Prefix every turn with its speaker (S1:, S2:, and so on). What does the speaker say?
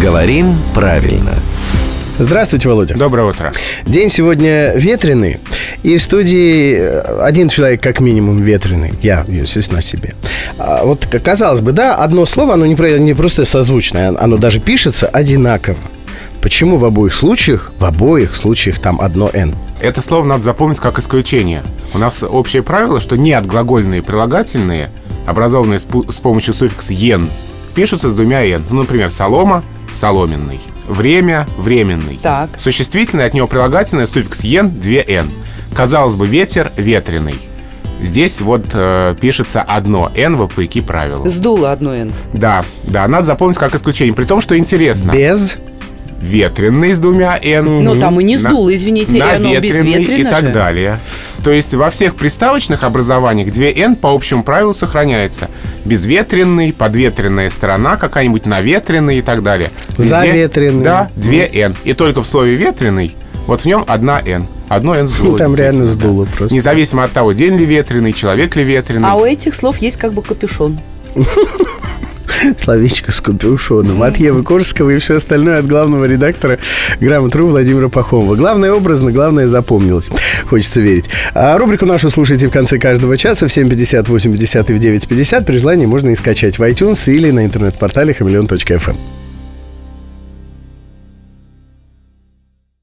S1: Говорим правильно.
S2: Здравствуйте, Володя.
S3: Доброе утро.
S2: День сегодня ветреный, и в студии э, один человек как минимум ветреный. Я, естественно, о себе. А вот к- казалось бы, да, одно слово, оно не, про- не просто созвучное, а, оно даже пишется одинаково. Почему в обоих случаях, в обоих случаях там одно «н»?
S3: Это слово надо запомнить как исключение. У нас общее правило, что неотглагольные прилагательные, образованные с, пу- с помощью суффикса «ен», пишутся с двумя «н». Ну, например, «солома» — «соломенный», «время» — «временный».
S4: Так.
S3: Существительное от него прилагательное, суффикс «ен» — две «н». Казалось бы, «ветер» — «ветреный». Здесь вот э, пишется одно «н» вопреки правилу.
S4: Сдуло одну «н».
S3: Да, да, надо запомнить как исключение. При том, что интересно,
S2: Без
S3: ветреный с двумя «н».
S4: Ну, там и не
S3: На-
S4: сдуло, извините, и оно
S3: наветренный и
S4: безветренно
S3: так
S4: же.
S3: далее. То есть во всех приставочных образованиях 2N по общему правилу сохраняется. Безветренный, подветренная сторона, какая-нибудь наветренная и так далее.
S2: Заветренный.
S3: Да, 2N. И только в слове ветреный, вот в нем одна N. Одно N сдуло.
S2: Ну, Там реально
S3: действительно, да.
S2: сдуло просто.
S3: Независимо от того, день ли ветреный, человек ли ветреный.
S4: А у этих слов есть как бы капюшон.
S2: словечко с капюшоном. От Евы Корского и все остальное от главного редактора «Грамотру» Владимира Пахомова. Главное образно, главное запомнилось. Хочется верить. А рубрику нашу слушайте в конце каждого часа в 7.50, 8.50 и в 9.50. При желании можно и скачать в iTunes или на интернет-портале хамелеон.фм.